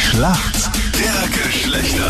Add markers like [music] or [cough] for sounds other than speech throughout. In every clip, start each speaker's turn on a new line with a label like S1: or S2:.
S1: Schlacht der Geschlechter.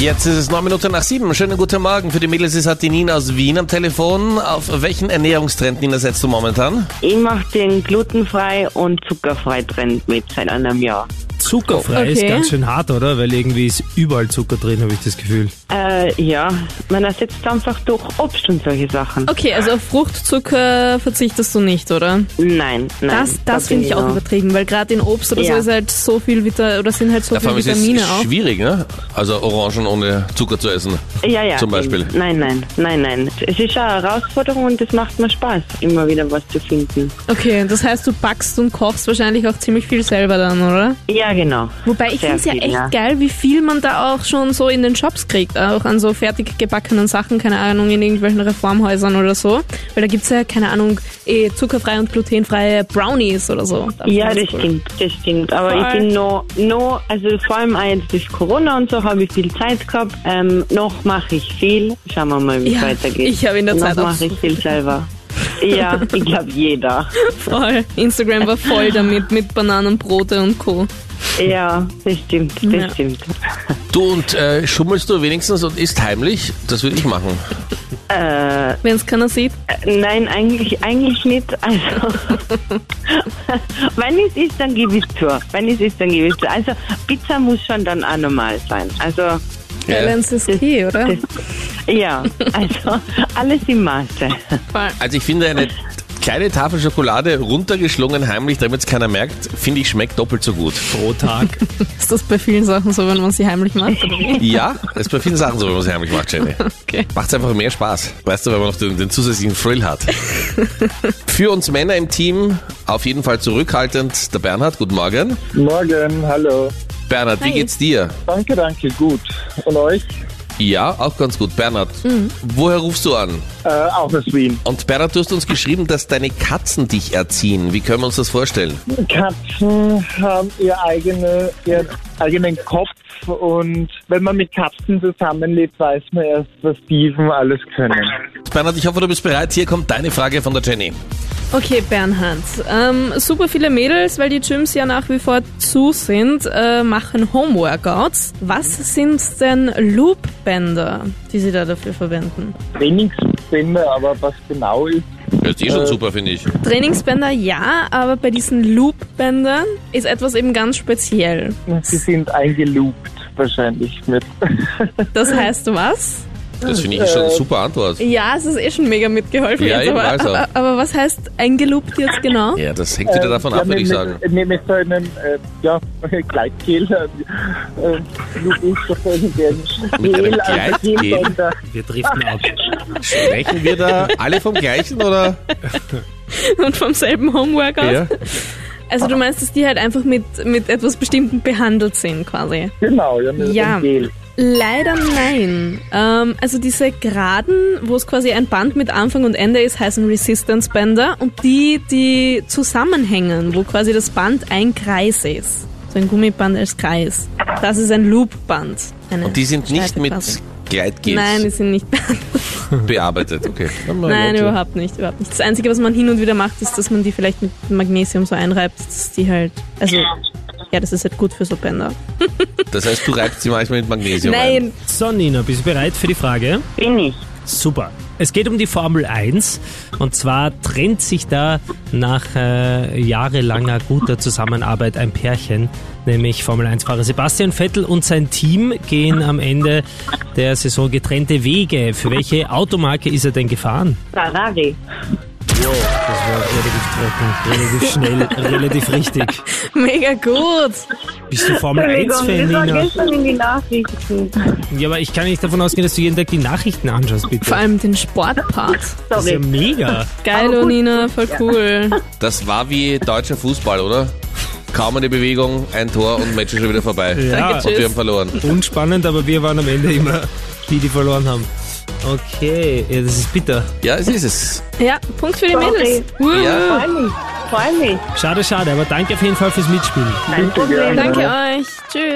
S2: Jetzt ist es neun Minuten nach sieben. Schönen guten Morgen. Für die Mädels ist hat die Nina aus Wien am Telefon. Auf welchen Ernährungstrend, Nina, setzt du momentan?
S3: Ich mache den glutenfrei und zuckerfrei Trend mit seit einem Jahr.
S4: Zuckerfrei ist
S5: Okay.
S4: ganz schön hart, oder? Weil irgendwie ist überall Zucker drin, habe ich das Gefühl.
S3: Äh, ja, man ersetzt einfach durch Obst und solche Sachen.
S5: Okay, also auf Fruchtzucker verzichtest du nicht, oder?
S3: Nein, nein.
S5: Das,
S3: da
S5: das finde
S3: bin
S5: ich auch
S3: noch.
S5: übertrieben, weil gerade in Obst oder
S3: Ja.
S5: so ist halt so viel Vita oder sind halt so
S2: Ja, vor
S5: viele
S2: allem ist es
S5: Vitamine auch.
S2: schwierig, ne? Also Orangen ohne Zucker zu essen.
S3: Ja, ja.
S2: Zum Beispiel.
S3: eben. Nein, nein, nein, nein. Es ist eine Herausforderung und es macht mir Spaß, immer wieder was zu finden.
S5: Okay, das heißt, du backst und kochst wahrscheinlich auch ziemlich viel selber dann, oder?
S3: Ja, genau.
S5: Wobei ich
S3: Sehr
S5: finde es ja
S3: viel,
S5: echt
S3: ja.
S5: geil, wie viel man da auch schon so in den Shops kriegt. Auch an so fertig gebackenen Sachen, keine Ahnung, in irgendwelchen Reformhäusern oder so. Weil da gibt es ja, keine Ahnung, eh, zuckerfreie und glutenfreie Brownies oder so. Da
S3: Ja,
S5: find
S3: das
S5: ich's cool.
S3: stimmt, das stimmt. Aber ich
S5: Voll.
S3: bin noch, noch, also vor allem auch jetzt durch Corona und so habe ich viel Zeit gehabt. Ähm, noch mache ich viel. Schauen wir mal, wie es
S5: Ja,
S3: weitergeht.
S5: ich habe in der
S3: noch
S5: Zeit auch
S3: Noch mache ich viel selber. Ja, ich glaube jeder.
S5: Voll. Instagram
S3: [laughs]
S5: war voll damit, mit Bananenbrote und Co.
S3: Ja, das stimmt, das
S5: Ja.
S3: stimmt.
S2: Du und äh, schummelst du wenigstens und isst heimlich? Das würde ich machen.
S5: Wenn es keiner sieht.
S3: Äh, Nein, eigentlich, eigentlich nicht. [laughs] Also, wenn es ist, dann gebe ich es zu. Wenn es ist, dann gebe ich es zu. Also, Pizza muss schon dann auch normal sein. Also,
S2: Ja.
S5: Balance is key, oder?
S3: das, ja, also, [laughs] alles im Maße.
S5: Voll.
S2: Also ich finde eine kleine Tafel Schokolade runtergeschlungen heimlich, damit es keiner merkt, finde ich schmeckt doppelt so gut.
S3: [laughs]
S4: Pro Tag.
S5: Ist das bei vielen Sachen so, wenn man sie heimlich macht? Oder wie?
S2: Ja, das ist bei vielen Sachen so, wenn man es heimlich macht, Jenny.
S5: Okay.
S2: Macht's einfach mehr Spaß. Weißt du, wenn man noch den, den zusätzlichen Thrill hat. Für uns Männer im Team auf jeden Fall zurückhaltend der Bernhard. Guten Morgen.
S6: Morgen, hallo.
S2: Bernhard, wie
S5: Hi.
S2: geht's dir?
S6: Danke, danke, gut. Und euch?
S2: Ja, auch ganz gut. Bernhard,
S5: Mhm.
S2: woher rufst du an?
S6: Äh, auch aus Wien.
S2: Und Bernhard, du hast uns geschrieben, dass deine Katzen dich erziehen. Wie können wir uns das vorstellen?
S6: Katzen haben ihr eigene, ihren eigenen Kopf und wenn man mit Katzen zusammenlebt, weiß man erst, was Dieven alles können.
S2: Bernhard, ich hoffe, du bist bereit. Hier kommt deine Frage von der Jenny.
S5: Okay, Bernhard. Ähm, super viele Mädels, weil die Gyms ja nach wie vor zu sind, äh, machen Homeworkouts. Was sind denn Loopbänder, die sie da dafür verwenden?
S6: Trainingsbinde, aber was genau ist,
S2: Das ist eh schon super, finde ich.
S5: Trainingsbänder ja, aber bei diesen Loopbändern ist etwas eben ganz speziell.
S6: sie sind eingeloopt wahrscheinlich mit.
S5: [laughs] Das heißt was?
S2: Das finde ich eh schon eine
S6: Äh,
S2: super Antwort.
S5: Ja, es ist eh schon mega mitgeholfen.
S2: Ja,
S5: jetzt,
S2: eben,
S5: aber,
S2: also.
S5: aber, aber was heißt eingeloopt jetzt genau?
S2: äh, Ja, das hängt wieder davon ab,
S6: mit,
S2: würde ich
S6: mit,
S2: sagen.
S6: Mit, mit so einem äh, ja, [laughs] Gleitgel. Äh, also Loop ist doch irgendein
S2: Mit einem
S6: Gel, also
S2: Gleitgel?
S6: Gel-
S4: Wir driften ab.
S2: [laughs] Sprechen wir da alle vom gleichen oder?
S5: [laughs] Und vom selben Homeworkout? Also du meinst, dass die halt einfach mit, mit etwas Bestimmtem behandelt sind quasi?
S6: Genau, ja, mit
S5: Ja.
S6: einem Gel.
S5: Leider nein. Ähm, also diese Geraden, wo es quasi ein Band mit Anfang und Ende ist, heißen Resistance-Bänder und die, die zusammenhängen, wo quasi das Band ein Kreis ist. So ein Gummiband als Kreis. Das ist ein Loop-Band. Eine
S2: Und die sind nicht
S5: Schleife
S2: mit
S5: quasi. Nein, die
S2: Gleitgels
S5: sind nicht [laughs]
S2: bearbeitet, okay.
S5: Nein, überhaupt nicht, überhaupt nicht. Das Einzige, was man hin und wieder macht, ist, dass man die vielleicht mit Magnesium so einreibt, dass die halt, also, ja, das ist halt gut für so Bänder.
S2: Das heißt, du reibst sie manchmal mit Magnesium ein.
S5: Nein,
S4: So, Nina, bist du bereit für die Frage?
S3: Bin ich.
S4: Super. Es geht um die Formel 1 und zwar trennt sich da nach äh, jahrelanger guter Zusammenarbeit ein Pärchen, nämlich Formel 1-Fahrer Sebastian Vettel und sein Team gehen am Ende der Saison getrennte Wege. Für welche Automarke ist er denn gefahren?
S3: Ferrari.
S4: Das war relativ trocken, [laughs] relativ schnell, relativ richtig.
S5: mega gut.
S4: Bist du Formel 1-Fan,
S3: das war
S4: Nina?
S3: gestern in die Nachrichten.
S4: Ja, aber ich kann nicht davon ausgehen, dass du jeden Tag die Nachrichten anschaust, bitte.
S5: Vor allem den Sportpart.
S4: das ist ja
S3: Sorry.
S4: mega.
S5: Geil, oh, Nina, voll cool.
S2: Das war wie deutscher Fußball, oder? Kaum eine Bewegung, ein Tor und Match ist schon wieder vorbei.
S4: Ja.
S2: und wir haben verloren.
S4: Unspannend, aber wir waren am Ende immer die, die verloren haben. Okay, ja, das ist bitter.
S2: Ja, es ist es.
S5: Ja, Punkt für die
S3: Sorry.
S5: Mädels. Wuhu.
S2: Ja.
S3: Freue mich, freue mich.
S4: Schade, schade, aber danke auf jeden Fall fürs Mitspielen.
S3: Kein Problem.
S5: Danke euch. Tschüss.